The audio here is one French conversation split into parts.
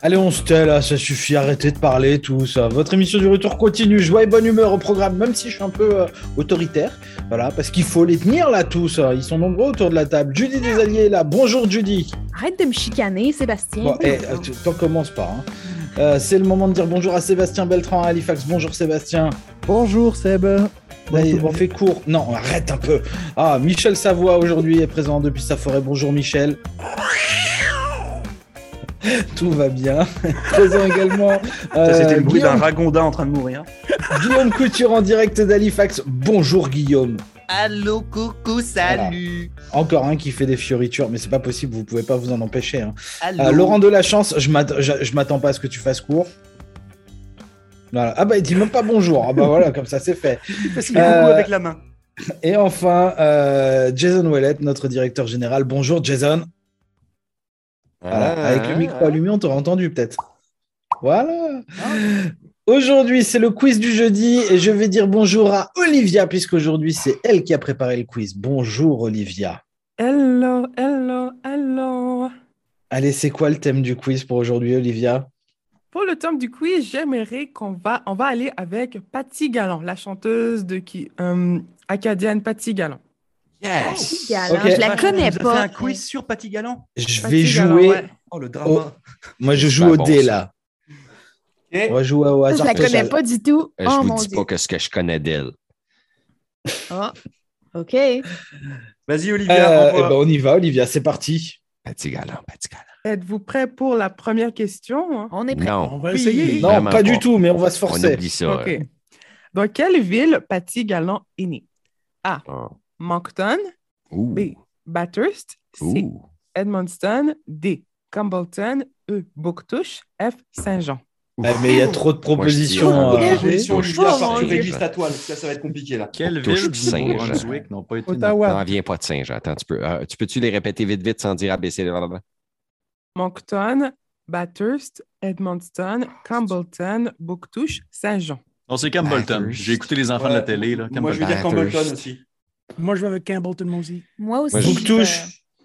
Allez, on se tait là, ça suffit, arrêtez de parler, tout ça. Votre émission du retour continue, joie et bonne humeur au programme, même si je suis un peu euh, autoritaire. Voilà, parce qu'il faut les tenir là, tous. hein. Ils sont nombreux autour de la table. Judy Desalliés est là, bonjour Judy. Arrête de me chicaner, Sébastien. Bon, eh, euh, tu- t'en commences pas. hein. Euh, C'est le moment de dire bonjour à Sébastien Beltran à Halifax. Bonjour Sébastien. Bonjour Seb. Allez, on fait court. Non, arrête un peu. Ah, Michel Savoie aujourd'hui est présent depuis sa forêt. Bonjour Michel. Tout va bien. présent également. Ça, euh, C'était le bruit d'un Guillaume, ragondin en train de mourir. Guillaume Couture en direct d'Halifax. Bonjour Guillaume. Allô, coucou, salut. Encore un qui fait des fioritures, mais c'est pas possible, vous pouvez pas vous en empêcher. hein. Ah, Ah, Allô. Euh, Laurent de la chance, je m'att- je je m'attends pas à ce que tu fasses court. Voilà. Ah bah il dit même pas bonjour. Ah bah voilà, comme ça c'est fait. Parce qu'il est beaucoup Euh, avec la main. Et enfin, euh, Jason Ouellette, notre directeur général. Bonjour Jason. Voilà, Ah, Ah, Avec le Euh, micro allumé, on t'aurait entendu peut-être. Voilà. Aujourd'hui, c'est le quiz du jeudi et je vais dire bonjour à Olivia puisqu'aujourd'hui, c'est elle qui a préparé le quiz. Bonjour Olivia. Hello, hello, hello. Allez, c'est quoi le thème du quiz pour aujourd'hui, Olivia Pour le thème du quiz, j'aimerais qu'on va, on va aller avec Patty Galland, la chanteuse de qui, euh, acadienne Patty Galland. Patty Yes. Galland, Ok. hein, Je la connais On fait pas. un quiz sur Patty Galland. Je Patty vais Galland, jouer. ouais. Oh, le drama. Moi, je joue Bah au bon, dé ça. là. Et On va jouer au Je hasard. la connais total. pas du tout. Euh, oh je mon vous dis dieu. pas que ce que je connais d'elle. Ah, OK. Vas-y, Olivia. Euh, eh envoie. ben, on y va, Olivia, c'est parti. Petit galant, petit galant. Êtes-vous prêts pour la première question? hein? On est prêt. Non, va essayer. Non, Vraiment pas du pas. tout, mais on va se on forcer. oublie ça. euh, OK. Dans quelle ville Patty Galland est née? hein. Moncton, Ouh, B. Bathurst, C. ouh. Edmonton, D. Campbellton, E. Bouctouche, F. Saint-Jean. Ouais, mais il y a trop de propositions. Moi, euh, je dis- Proposition, Oh, Olivia, mon par- tu Dieu. réglisses la toile. Ça, ça va être compliqué là. Quelle Touche ville du Saint-Jean. Nouveau-Brunswick n'ont pas été Non, viens pas de Saint-Jean. Attends, tu peux, euh, tu peux-tu les répéter vite, vite, sans dire ABC? blablabla? Moncton, Bathurst, Edmonton, Campbellton, Bouctouche, Saint-Jean. Non, c'est Campbellton. Bathurst. J'ai écouté les enfants de la télé. Là, Moi, je vais dire Campbellton. Campbellton aussi. Moi, je vais avec Campbellton Mosey. Moi aussi. euh, Moi, je- Bouctouche.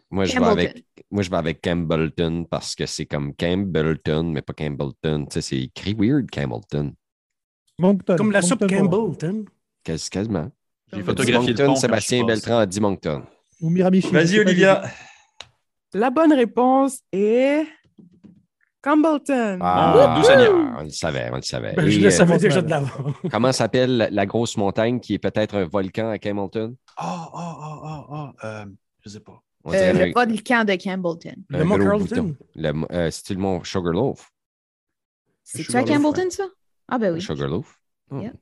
Moi, je vais Campbellton. avec, moi, je vais avec Campbellton parce que c'est comme Campbellton, mais pas Campbellton. Tu sais, c'est écrit weird, Campbellton. Moncton. Comme la soupe Moncton, Campbellton. Ben, Quas- quasiment. J'ai T'as dit photographié le Moncton, pont. Sébastien Beltran a dit Moncton. Ou Miramichi. je Vas-y, sais pas du Olivia. La bonne réponse est Campbellton. Ah, Dieu Seigneur. on le savait, on le savait. Ben, je Et, le euh, savais déjà de l'avant. comment s'appelle la grosse montagne qui est peut-être un volcan à Campbellton? Ah, ah, ah, ah, ah. euh, Je sais pas. On Euh, dirait le volcan de Campbellton. un Le Mont Ben, gros Carlton. bouton. Le mo- euh, C'est-tu le mont Sugarloaf? C'est-tu à Campbellton, ça? Ah, ben oui. Sugarloaf? Anyway.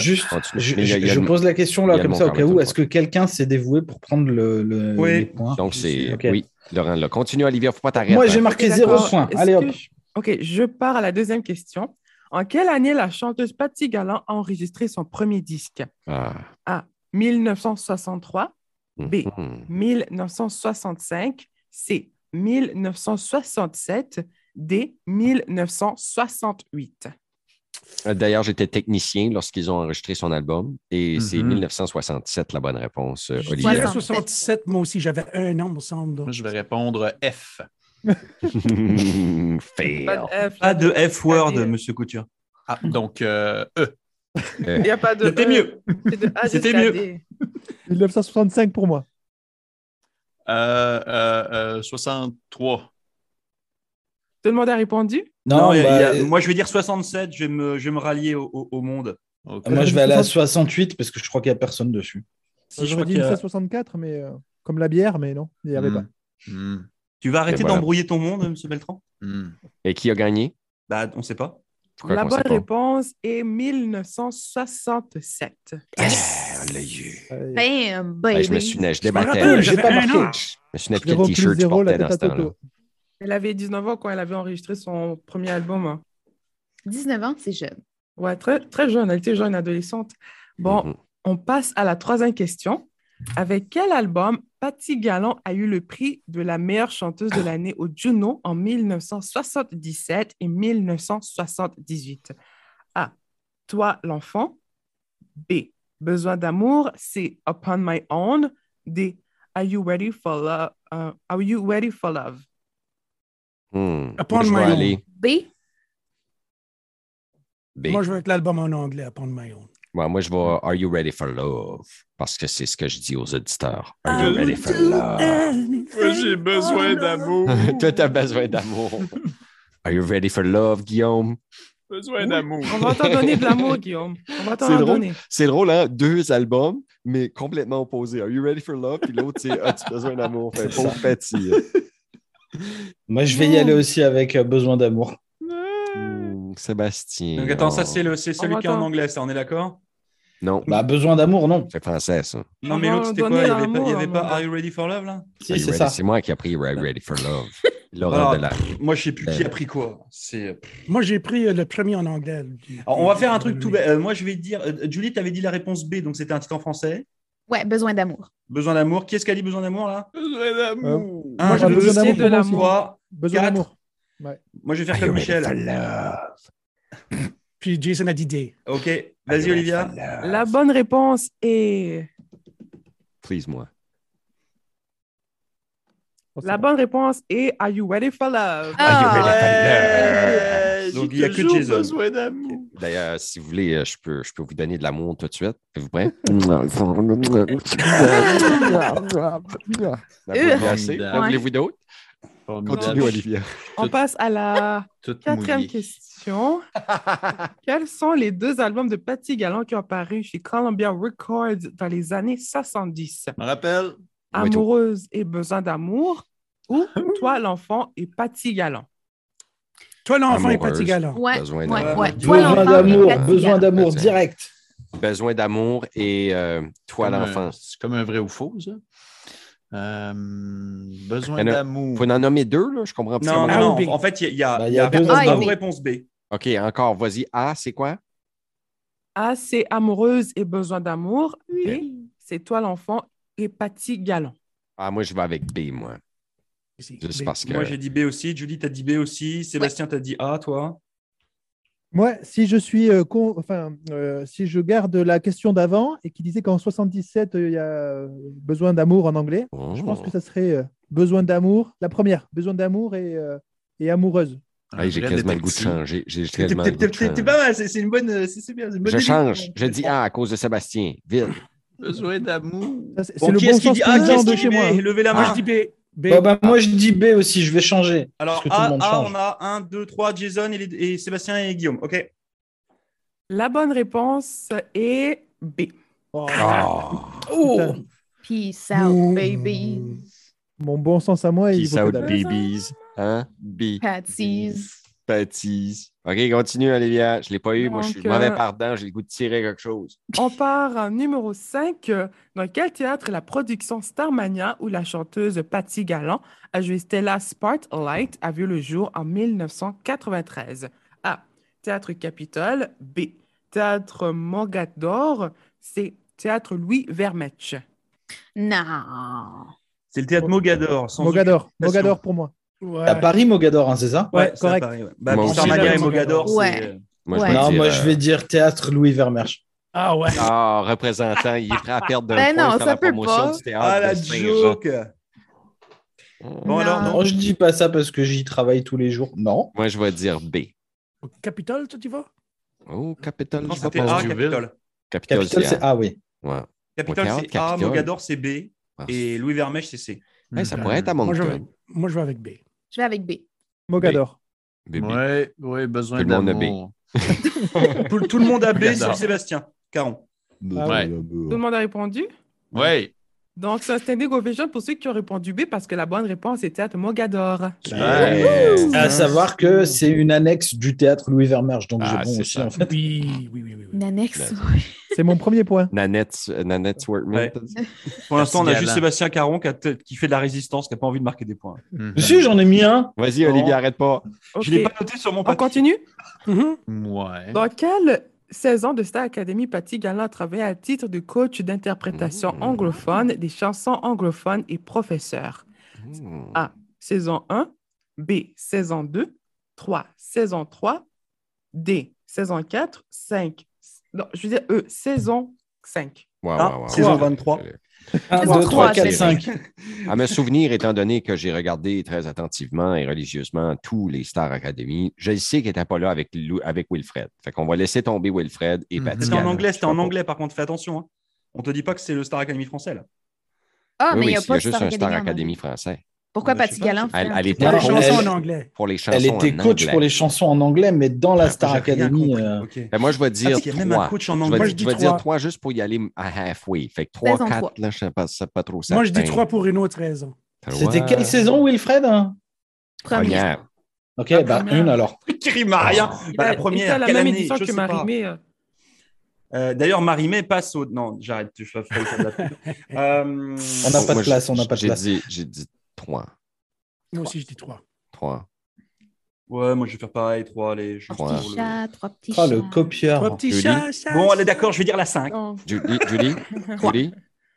Juste, Continue. je, Mais il y a- il y a je le- pose la question il là, y a comme le ça, au Mont cas où. Carleton, Est-ce que quelqu'un s'est dévoué pour prendre le, le- Oui. les points Donc, c'est. Ok. Oui, Laurent l'a. Continue, Olivia, faut pas t'arrêter. Moi, j'ai marqué zéro D'accord. point. Est-ce Allez, hop. que je- OK, je pars à la deuxième question. En quelle année la chanteuse Patty Galland a enregistré son premier disque? Ah. 1963, B. Mhm. 1965, C. 1967, D. 1968. Euh, D'ailleurs, j'étais technicien lorsqu'ils ont enregistré son album et c'est Mhm. 1967 la bonne réponse, euh, Je Olivier. dirais Voilà. 67, moi aussi, j'avais un an, me semble. Moi, donc. je vais répondre euh, F. Fail. Pas de Il F-word, monsieur Couture. Ah, donc, euh, E. n'y a pas de. C'était E. mieux. C'est de A C'était jusqu'à mieux. D. tout. 1965 pour moi. Euh, euh, euh, 63. Tout le monde a répondu? Non, il y a- bah, il y a- euh, moi, Moi, je vais dire 67. Je vais me, je vais me rallier au, au- au monde. Ah, Ok. je vais aller à 68 parce que je crois qu'il n'y a personne dessus. Si, je J'aurais crois dit qu'il y a- 1964, mais euh, comme la bière, mais non, il n'y avait pas. Hmm, Tu vas arrêter Et voilà. d'embrouiller ton monde, monsieur Beltran hmm. Et qui a gagné? Bah, on sait pas. Pourquoi La qu'on bonne sait pas? réponse est 1967. Yes, on l'a eu. Allez. Bam, Ouais, Ben, euh, baby. je me suis je Je me débattais. rappelle, je j'avais pas un marqué. an. me suis net quel Zéro plus t-shirt je zéro, la portais tête dans à ce temps-là. Toto. Elle avait 19 ans quand elle avait enregistré son premier album. hein. 19 ans, c'est jeune. Ouais, très, très jeune. Elle était jeune adolescente. Bon, Mhm. On passe à la troisième question. Avec quel album Patty Galland a eu le prix de la meilleure chanteuse de l'année au Juno en 1977 et 1978? A. Toi, l'enfant. B. Besoin d'amour. C. Upon My Own. Euh, D. Are you ready for love? Are you ready for love? Hmm. Upon Je vais my own. aller B. B. Moi, je veux avec l'album en anglais, Upon My Own. Ouais, moi, je vais Are You Ready for Love? Parce que c'est ce que je dis aux auditeurs. Are Ah, You Ready for Love? J'ai besoin d'amour. Toi, t'as besoin d'amour. Are You Ready for Love, Guillaume? Besoin d'amour. On va t'en donner de l'amour, Guillaume. On va t'en C'est en drôle. donner. C'est drôle, hein? Deux albums, mais complètement opposés. Are You Ready for Love? Puis l'autre, c'est As-tu besoin d'amour? Fait, C'est pauvre petit. Moi, je vais y aller aussi avec euh, Besoin d'amour. Hmm, Sébastien. Donc attends, oh. ça c'est le- c'est celui va qui est en attendre. anglais, ça, on est d'accord Non, Bah, Besoin d'amour, non. c'est français, ça. Non, On mais va l'autre c'était donner quoi Il n'y un avait pas, il y mot, avait un pas mot. Are You Ready for Love là Si, Are You c'est Ready- ça. C'est moi qui ai pris Are You Ready for Love. Laurent Voilà. Delarue. Moi je sais plus qui Euh. a pris quoi. C'est- Moi, j'ai pris euh, le premier en anglais. Alors, Ah, on va faire un truc tout bête. Euh, moi je vais te dire, euh, Julie, t'avais dit la réponse B, donc c'était un titre en français. Ouais, besoin d'amour. Besoin d'amour. Qui est-ce qui a dit besoin d'amour là Besoin d'amour. Un, Moi, j'avais deux, besoin d'amour trois. pour moi Besoin Quatre. d'amour. Moi je vais Are faire You comme Ready for Michel. Love? Puis Jason a dit D. Ok, Are You vas-y Ready Olivia. for Love? La bonne réponse est. Please, moi. La bonne réponse est Are you ready for love? Ah. Are you ready for love? Donc il n'y a que Jason. D'ailleurs, si vous voulez, euh, je peux, je peux vous donner de l'amour tout de suite. Êtes-vous prêts? Avez-vous assez? Formidable. En Voulez-vous d'autres? Continue, Formidable. Olivia. On Tout- passe à la Tout quatrième mouillé. question. Quels sont les deux albums de Patty Gallant qui ont paru chez Columbia Records dans les années 70? Je me rappelle. Ouais, tout. Amoureuse et besoin d'amour ou Toi l'enfant et Patty Gallant? Toi, l'enfant est Amoureuse. Patty Galant. Ouais, Besoin ouais, d'amour. ouais. Toi, Besoin l'enfant, hein. d'amour, Patrick. besoin d'amour, Patrick. direct. Besoin d'amour et euh, toi, Comme un- l'enfant. C'est comme un vrai ou faux, ça. Euh, besoin Il y en a- d'amour. Faut en nommer deux, là? Je comprends pas. Non, comment- non, A ou B? non. En fait, il y a, il y a- Bah, il y a deux réponse options. A Ah, ou oui. réponse B. OK, encore, vas-y. A, c'est quoi? A, c'est Amoureuse et besoin d'amour. B, c'est Toi l'enfant et Patty Gallant. Ah, moi, je vais avec B, moi. Ici. Juste B. parce que... Moi, j'ai dit B aussi. Julie, t'as dit B aussi. Sébastien, t'as dit A, toi. Moi, si je suis euh, con- enfin, euh, si je garde la question d'avant et qui disait qu'en 77 euh, il y a euh, besoin d'amour en anglais, Oh. je pense que ça serait euh, besoin d'amour. La première, besoin d'amour et, euh, et amoureuse. Un Hey, j'ai vrai quasiment le goût de détective. changer. J'ai T'es quasiment le goût de t'es- changer. t'es pas mal. C'est c'est une bonne. euh, C'est c'est bien. c'est une bonne Je idée. change. Je dis A à cause de Sébastien. Vite. Besoin d'amour. Ça, C'est Bon, c'est le qui bon est-ce qui sens dit A Qui paysan est-ce de qui dit chez moi. B Levez la Moi, je main. dis B. B. Bon, bah, moi, je dis B aussi, je vais changer. parce Alors, que tout le A, monde A, change. on a 1, 2, 3, Jason et, les- et Sébastien et Guillaume. OK. La bonne réponse est B. Oh, Ah. oh. putain, Peace out, Ouh. baby. Mon bon sens à moi, Ah, il Peace vaut que out, dalle. babies. Hein? B. Patsies. Patties. OK, continue, Olivia. Je ne l'ai pas eu. Moi, je Donc, suis le mauvais euh, pardon. J'ai le goût de tirer quelque chose. On part en numéro 5. Dans quel théâtre la production Starmania où la chanteuse Patty Gallant a joué Stella Spotlight a vu le jour en 1993? A. Théâtre Capitole. B. Théâtre Mogador. C. Théâtre Louis Vermech. Non. C'est le théâtre Mo- Mogador. sans Mogador, aucune hésitation. Mogador pour moi. Ouais. À Paris, Mogador, hein, c'est ça Ouais, Ouais, c'est correct. pareil, ouais. Bah, Moi puis aussi, Starmania j'avais et Mogador, Mogador. c'est. euh, Moi, je Ouais. vais Non, dire, moi, euh, je vais dire Théâtre Louis Vermerch. Ah ouais. Ah, représentant, il est prêt à perdre d'un Ben point non, faire ça la peut promotion pas. du théâtre. Ah, la de Saint-Jean. joke. Bon, Non. alors, non. Oh, Non, je dis pas ça parce que j'y travaille tous les jours. Non. Moi, je vais dire B. Au Capitole, toi, tu vas? Oh, Capitole, Non, je vais c'était pas A, dire. Capitole. Capitole, Capitale, c'est c'est A. Ah oui. Ouais. Capitole, Mogador, c'est A. Capitole. Mogador, c'est B. Ah. Et Louis Vermech, c'est C. Hey, ça pourrait être à mon Moi, je tour. vais, moi, je vais avec B. Je vais avec B. Mogador. Bébé. Ouais, ouais, besoin Tout le monde a B. d'amour. Tout, tout le monde a B, Mogador. sauf Sébastien. Caron. Ah ouais. Tout le monde a répondu? Ouais. Donc, c'est un standing ovation pour ceux qui ont répondu B parce que la bonne réponse est Théâtre Mogador. Ouais. À savoir que c'est une annexe du théâtre Louis Vermerch, donc Ah, j'ai bon c'est aussi ça. en fait. Oui, oui, oui, oui. oui. Une annexe. C'est mon premier point. Nanette, euh, Nanette Workman. Ouais. Pour l'instant, on a Petit juste galant. Sébastien Caron qui, a t- qui fait de la résistance, qui n'a pas envie de marquer des points. Mhm. Si, j'en ai mis un. Vas-y, Olivier, arrête pas. Ok. Je ne l'ai pas noté sur mon On papier. continue? Mhm. Ouais. Dans quelle saison de Star Academy, Patty Gallant a travaillé à titre de coach d'interprétation Mmh. anglophone des chansons anglophones et professeur? Hmm. Ah. Saison 1, B, saison 2, 3, saison 3, D, saison 4, 5. Non, je veux dire E, saison 5. Ouais, Ah, ouais, ouais, saison ouais. 23. 1, Trois, 2, 3, c'est 4, vrai. 5. À me souvenir, étant donné que j'ai regardé très attentivement et religieusement tous les Star Academy, je sais qu'il n'était pas là avec, Lou- avec Wilfred. Fait qu'on va laisser tomber Wilfred et Mhm. Patty. C'était en Gallant. anglais, Je sais c'était pas en pourquoi. anglais, par contre, fais attention. hein. On te dit pas que c'est le Star Academy français, là. Ah, Oui, mais il oui, n'y a s'il y pas a de juste Star un Star Academy. en Academy anglais. français. Pourquoi Ben, je Patty sais pas, Galin c'est- fait Elle, un elle petit était Ah, Non, Les elle- chansons elle- en anglais. pour les chansons Elle était en coach anglais. Ah, pour les chansons en anglais, mais dans la Star J'ai rien Academy. compris. euh, Ok. Fait moi, je vais Ah, dire parce qu'il y a même un trois. coach en Je anglais. vais, Moi, je je dis vais dire trois. trois juste pour y aller à halfway. Fait que trois, Fais-en trois. quatre, là, je ne sais pas, c'est pas trop ça. Moi, je dis trois pour une autre raison. Ah, C'était quelle saison, Wilfred hein premier. Première. Ok, La bah première. une alors. Qui rit Maria Il Bah, a- La il première, était à Euh, la quelle même année édition Je que sais pas. Marimé. euh, Euh, D'ailleurs, Marimé passe au. Non, j'arrête, je fais faire de la pub. Euh, On n'a pas de Moi, je- place, on n'a pas de j'ai place. dit- J'ai dit trois. Moi aussi, je dis trois. Trois. Ouais, moi je vais faire pareil, trois, allez. Je Trois petits chats, trois petits Ah, chats. le copieur. Trois petits Julie. chats, chats, Bon, allez, d'accord, je vais dire la 5. non. Julie, Julie, Julie,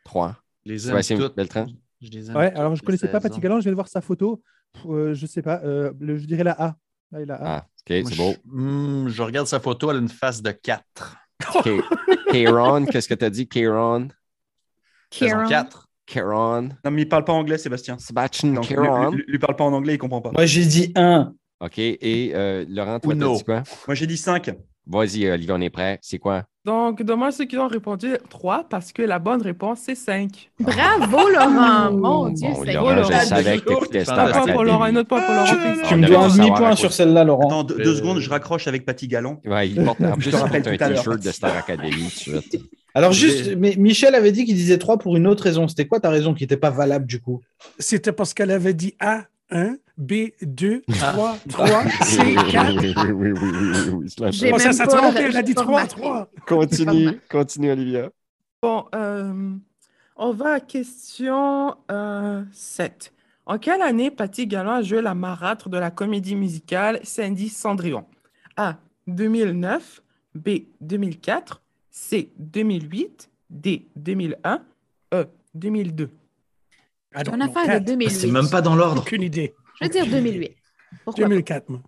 trois. Les aime Sébastien toutes. Beltran. Je les aime Ouais, toutes, alors je les connaissais pas saisons. Patty Galland, je viens de voir sa photo. Pff, euh, je sais pas, euh, le- je dirais la A. Là, il a A. Ah, OK, c'est Moi, beau. Je, Hmm, je regarde sa photo, elle a une face de 4. Kéron, qu'est-ce que t'as dit? Kéron, Kieran. 4. Kéron, Non, mais il parle pas anglais, Sébastien. Sebastian Donc, lui, Kéron. lui- lui parle pas en anglais, il comprend pas. Moi, j'ai dit 1. OK, et euh, Laurent, toi, t'as Uno. dit quoi? Moi j'ai dit 5. Vas-y, Olivier, on est prêt. C'est quoi? Donc, dommage ceux qui ont répondu trois parce que la bonne réponse, c'est cinq. Bravo, Laurent. Mon Dieu, Bon, c'est Laurent, beau, je Laurent. savais Ah, que t'écoutais Je Un Star savais point Academy. pour Laurent, un autre point pour Tu- Laurent. Tu Ah, on me devait dois un savoir à demi-point quoi. sur celle-là, Laurent. Attends, deux, deux Euh, secondes, je raccroche avec Patty Galant. Ouais, il porte, en plus, Je il te porte rappelle un tout à l'heure. t-shirt de Star Academy tout de suite. Alors Je juste, vais- mais Michel avait dit qu'il disait 3 pour une autre raison. C'était quoi ta raison qui n'était pas valable du coup C'était parce qu'elle avait dit A, 1, B, 2, Ah. 3, 3, C, 4. oui, oui, oui, oui, je J'ai Oh, ça, même ça pas trompe, elle a dit reformaté. 3, 3. Continue, continue, Olivia. Bon, euh, on va à question 7. En quelle année Patty Galland a joué la marâtre de la comédie musicale Cindy Cendrillon? A. 2009, B. 2004, C. 2008, D. 2001, E. 2002. Ah, C'est une affaire de 2008. C'est même pas dans l'ordre. Aucune idée. Je veux dire 2008. Pourquoi pas? 2004, moi.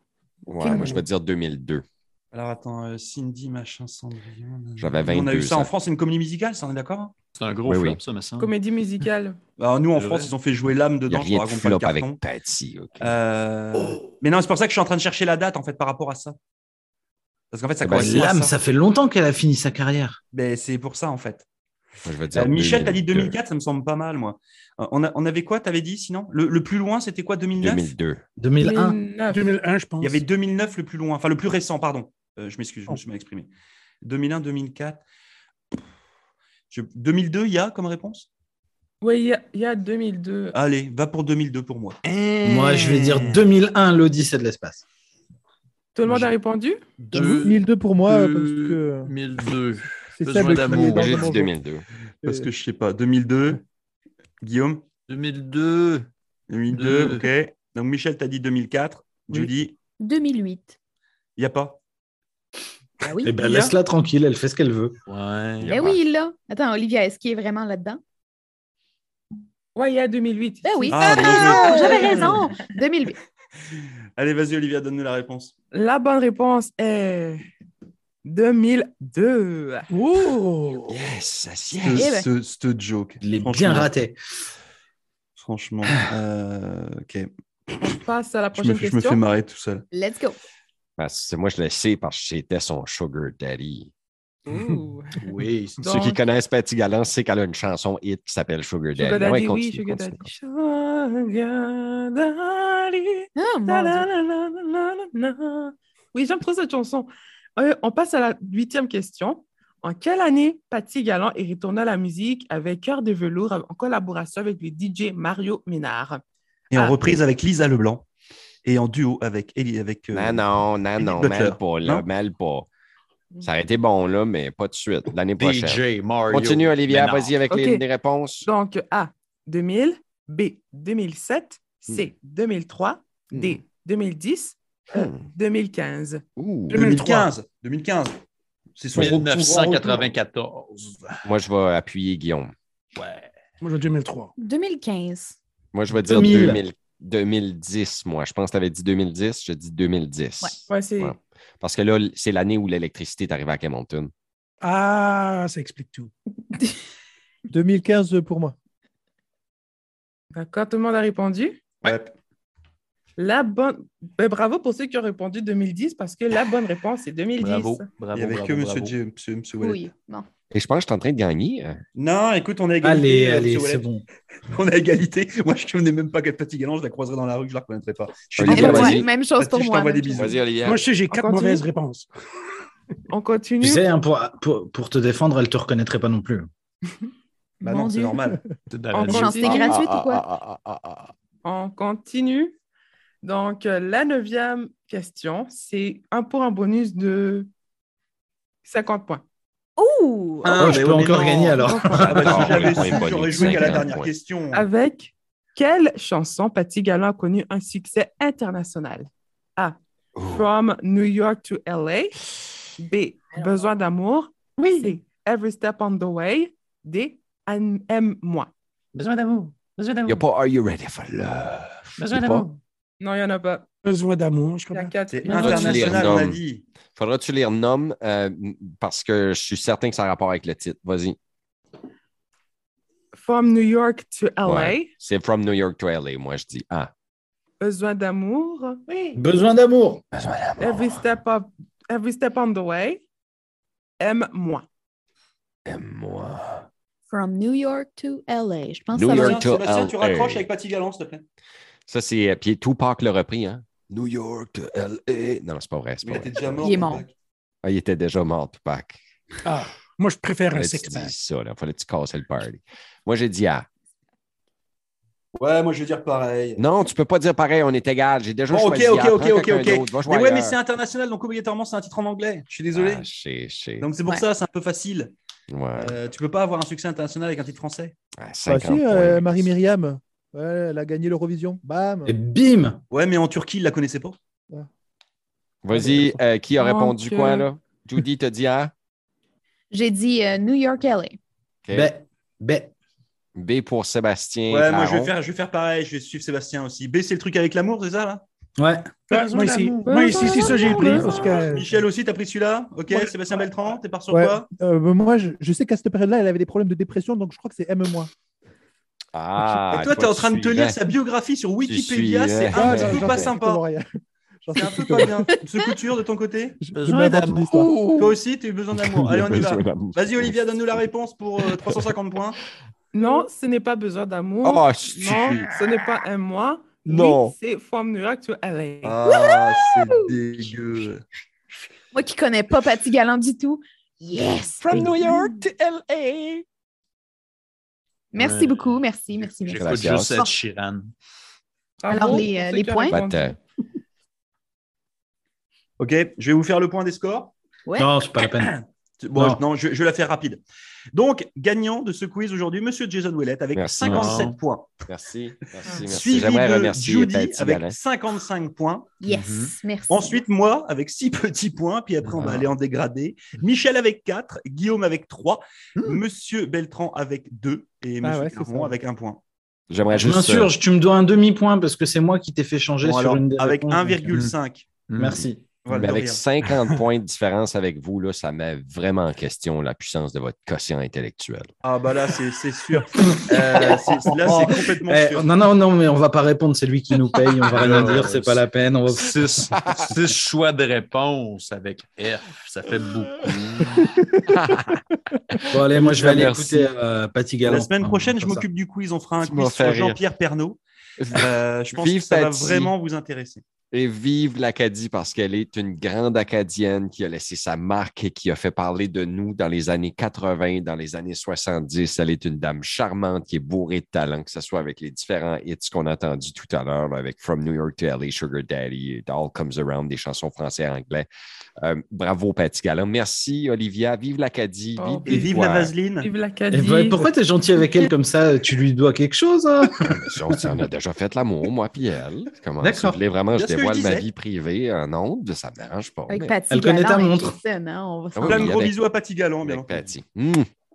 Ouais, moi, je vais dire 2002. Alors attends, euh, Cindy, machin, Cendrillon. nanana. J'avais Nous, On a 22, eu ça en ça. France, c'est une comédie musicale, ça, on est d'accord hein C'est un gros Oui, flop, oui. ça, me semble. Comédie musicale. Alors, Nous en C'est France, vrai. ils ont fait jouer l'âme Il n'y a dedans, je te rien de raconte pas le flop carton. avec Patty. ok. Euh, Mais non, c'est pour ça que je suis en train de chercher la date en fait par rapport à ça. Parce qu'en fait, ça Eh ben, correspond à L'âme, ça. ça fait longtemps qu'elle a fini sa carrière. Ben, c'est pour ça en fait. Moi, je vais dire Euh, Michel, t'as dit 2002. 2004, ça me semble pas mal, moi. Euh, on, a- on avait quoi, t'avais dit sinon le, le plus loin, c'était quoi 2009 2002. 2001. Ah. 2009. 2001, je pense. Il y avait 2009 le plus loin, enfin le plus récent, pardon. Euh, je m'excuse, je me suis mal exprimé. 2001, 2004. Je- 2002, il y a comme réponse Oui, il y a- il y, a 2002. Allez, va pour 2002 pour moi. Moi, je vais dire 2001, l'Odyssée de l'espace. Tout le monde moi, a j'ai- répondu? 2002 pour moi, euh, parce que 2002. c'est besoin Seb qui est d'amour. dans Moi, le J'ai dit bonjour. 2002. Parce Euh, que je sais pas. 2002, Guillaume 2002. 2002, Deux. ok. Donc Michel, t'as dit 2004. Oui. Julie, 2008. il n'y a pas. Ah oui. Eh ben, Il y a- laisse-la tranquille, elle fait ce qu'elle veut. Ouais. Il y a Eh pas. oui, il l'a. Attends, Olivia, est-ce qu'il est vraiment là-dedans? Oui, il y a 2008. Ben oui. Ah, bien Ah, joué. J'avais raison. 2008. Allez, vas-y, Olivia, donne-nous la réponse. La bonne réponse est 2002. Oh! Yes, yes, Ce- yes. Eh ben. ce- ce joke. Il est bien Franchement, raté. Franchement, euh, ok. On passe à Je la me, prochaine fais- je me fais question. marrer tout seul. Let's go. Parce que moi, je le sais parce que j'étais son sugar daddy. Ouh. Oui, c'est Donc, Ceux qui connaissent Patty Gallant savent qu'elle a une chanson hit qui s'appelle Sugar Daddy. Sugar Daddy, Ouais, oui, continue, Sugar continue. Daddy. Sugar Daddy. Ah, mon Dieu. Ta-da-la-la-la-la-la. Oui, j'aime trop cette chanson. Euh, on passe à la huitième question. En quelle année Patty Gallant est retournée à la musique avec Cœur de velours en collaboration avec le DJ Mario Ménard? Et en Ah. reprise avec Lisa Leblanc et en duo avec Ellie. Avec, euh, Non, non, non, Billy non, Butler. mal pas, là, Non? mal pas. Mm. Ça aurait été bon, là, mais pas de suite, l'année prochaine. DJ Mario. Continue, Olivia, Ménard. vas-y avec les- les, Ok. réponses. Donc, A, 2000, B, 2007, C, 2003, D, 2010, E, Hmm. 2015. Ouh. 2015. 2015. C'est son gros pouvoir autour. 1994. Moi, je vais appuyer Guillaume. Ouais. Moi, je dis 2003. 2015. Moi, je vais dire 2000. 2000 2010, moi. Je pense que tu avais dit 2010, je dis 2010. Ouais, c'est Ouais. Parce que là, c'est l'année où l'électricité est arrivée à Camelton. Ah, ça explique tout. euh, 2015 pour moi. D'accord, tout le monde a répondu? Ouais. La bonne... ben, bravo pour ceux qui ont répondu 2010 parce que la bonne réponse, c'est 2010. Bravo, Il bravo, n'y avait bravo, que Monsieur bravo. Jim- Monsieur- Monsieur Wallet. Oui, bon. Et je pense que je suis en train de gagner. euh. Non, écoute, on a égalité. Allez, euh, allez, Monsieur c'est Wallet. bon. On a égalité. Moi, je ne connais même pas Cat Patty Galant. Je la croiserai dans la rue, je ne la reconnaîtrai pas. Je suis Olivier, désolé. Ouais, vas-y. Eh ben, même chose pour Vas-y, je moi. t'envoie même des chose. bisous. Vas-y, Olivier. Moi, je sais, j'ai Ah, quatre continue mauvaises réponses. On continue. Tu sais, hein, pour, pour, pour te défendre, elle te reconnaîtrait pas non plus. Bah Mon non, c'est Dieu. normal. Dans Encore la- Chance, c'est Ah, gratuit ou quoi? On continue. Donc, euh, la neuvième question, c'est un pour un bonus de 50 points. Ouh! Ah, mais Oh, bah je peux oui, mais encore non. gagner alors. Ah bah, Ah, si j'avais ouais, su, ouais, j'aurais bonus, joué qu'à la cinquante, dernière ouais. question. Ah, Avec quelle chanson Patty Gallo a connu un succès international? A. From New York to LA. B. Besoin d'amour. Oui. C. Every Step on the Way. D. Aime- Aime-moi. Besoin d'amour. Besoin Il n'y a d'amour. pas Are You Ready for Love? y Besoin a d'amour. Non, il n'y en a pas. Besoin d'amour, je Il y a comprends. quatre. C'est Il y en a Ah, quatre. tu les international, on a renommes. dit. Faudra que tu les renommes euh, m- parce que je suis certain que ça a rapport avec le titre. Vas-y. From New York to LA. Ouais. C'est From New York to LA, moi je dis. Ah. Besoin d'amour. Oui. Besoin d'amour. Every Step, up, every step on the Way. Aime-moi. Moi. From New York to LA. Je pense New que ça va. York Tiens, être- to Sébastien, tu LA. raccroches avec Patty Galant, s'il te plaît. Ça, c'est. euh, Puis Tupac le repris, hein? New York to LA. Non, c'est pas vrai. c'est Mais pas il vrai. était déjà mort. Il est ton mort. bac. Ah, il était déjà mort, Tupac. Ah, moi, je préfère un Fallait que tu segment. dises ça, là. Fallait que tu casses le party. Moi, j'ai dit ah. Ouais, moi, je veux dire pareil. Non, tu peux pas dire pareil, on est égal. J'ai déjà Bon, ok, choisi. ok, ah. ok, Prends ok, quelqu'un ok. d'autre. Va jouer Mais ouais, mais ailleurs. c'est international, donc obligatoirement, c'est un titre en anglais. Je suis désolé. euh, Ah, je sais. Donc c'est pour Ouais. ça, c'est un peu facile. Ouais. Euh, tu peux pas avoir un succès international avec un titre français. Ah, Bah, 50 si, euh, points. Marie Myriam, Ouais, elle a gagné l'Eurovision. Bam. Et bim Ouais, mais en Turquie, ils la connaissaient pas. Vas-y, euh, qui a Donc, répondu quoi, euh, là? Judy te dit ah. J'ai dit euh, New York, LA. Ok. Ben, ben. B pour Sébastien. Ouais, moi je vais Caron. faire, je vais faire pareil. Je vais suivre Sébastien aussi. B, c'est le truc avec l'amour, c'est ça là Ouais. Ah, moi, ici, moi, ici, c'est ça, j'ai pris. Parce que... Michel aussi, t'as pris celui-là. Ok, Sébastien Beltran, t'es par sur Ouais. quoi Euh, bah, moi, je, je sais qu'à cette période-là, elle avait des problèmes de dépression, donc je crois que c'est aime-moi. Ah, Et toi, t'es en train de te suivant. lire sa biographie sur Wikipédia. suis, C'est euh, un Ah, petit j'en peu sais pas sympa. strictement rien. J'en sais C'est un peu strictement pas rien. bien. Ce couture de ton côté. Je- je Besoin m'invente une histoire. d'amour. Toi aussi, t'as eu besoin d'amour. Allez, on y va. Vas-y, Olivia, donne-nous la réponse pour euh, 350 points. Non, ce n'est pas besoin d'amour. Oh, si. non, ce n'est pas un mois. Non. Oui, c'est From New York to LA. Ah, c'est dégueu. Moi qui connais pas Patty Galant du tout. Yes! baby. to LA. Merci Ouais. beaucoup, merci, merci, merci. J'écoute Gracias. juste Ed Sheeran. Bravo Alors, les, pour euh, ceux les qui ont points? répondu. Attends. Ok, je vais vous faire le point des scores. Ouais. Non, c'est pas la peine. Bon, Non. je- non, je, je vais la fais rapide. Donc, gagnant de ce quiz aujourd'hui, Monsieur Jason Ouellet avec Merci. 57 Non. points, Merci, merci, merci. suivi J'aimerais de remercier Judy Patty avec Galin. 55 points, Yes, Mhm. merci. ensuite moi avec 6 petits points, puis après on va Ah. aller en dégradé, Michel avec 4, Guillaume avec 3, Hmm. Monsieur Beltran avec 2 et Ah Monsieur ouais, c'est Caron ça. avec 1 point. J'aimerais Je juste. euh, m'insurge, tu me dois un demi-point parce que c'est moi qui t'ai fait changer Bon, sur alors, une des avec réponses, donc, euh, hmm. 1,5. Merci. euh, Voilà, mais de avec rien. 50 points de différence avec vous, là, ça met vraiment en question la puissance de votre quotient intellectuel. Ah bah là, c'est c'est sûr. Euh, c'est- là, c'est complètement Eh, sûr. non, non, non, mais on va pas répondre, c'est lui qui nous paye, on Ah, va rien Euh, dire, c'est pas la peine. On va... Six, six choix de réponse avec F. Ça fait beaucoup. Bon, allez, moi je vais aller Merci. écouter euh, Patty Galland. La semaine Hein, prochaine, je comme ça. m'occupe du quiz. On fera un Tu m'as quiz fait sur rire. Jean-Pierre Pernaud. Euh, je pense Vive que ça Patty. va vraiment vous intéresser. Et vive l'Acadie parce qu'elle est une grande Acadienne qui a laissé sa marque et qui a fait parler de nous dans les années 80, dans les années 70. Elle est une dame charmante qui est bourrée de talent, que ce soit avec les différents hits qu'on a entendus tout à l'heure, là, avec From New York to LA, Sugar Daddy, It All Comes Around, des chansons français et anglais. Euh, bravo, Patty Galland. Merci, Olivia. Vive l'Acadie. Oh, Et vive la toi. vaseline. Vive Eh l'Acadie. ben, pourquoi t'es gentil avec elle comme ça Tu lui dois quelque chose hein On s'en a déjà fait l'amour, moi puis elle. Comment D'accord. D'accord. Vraiment, Bien je ce que je dévoile ma disais. vie privée en ondes. Ça ne me dérange pas. Avec mais- Patty Elle connaît ta Gallant et montre. Jason, hein, on va s'en- Ah oui, Plein de oui, gros avec- bisous à Patty Galant, bien avec entendu. Patty. Mmh.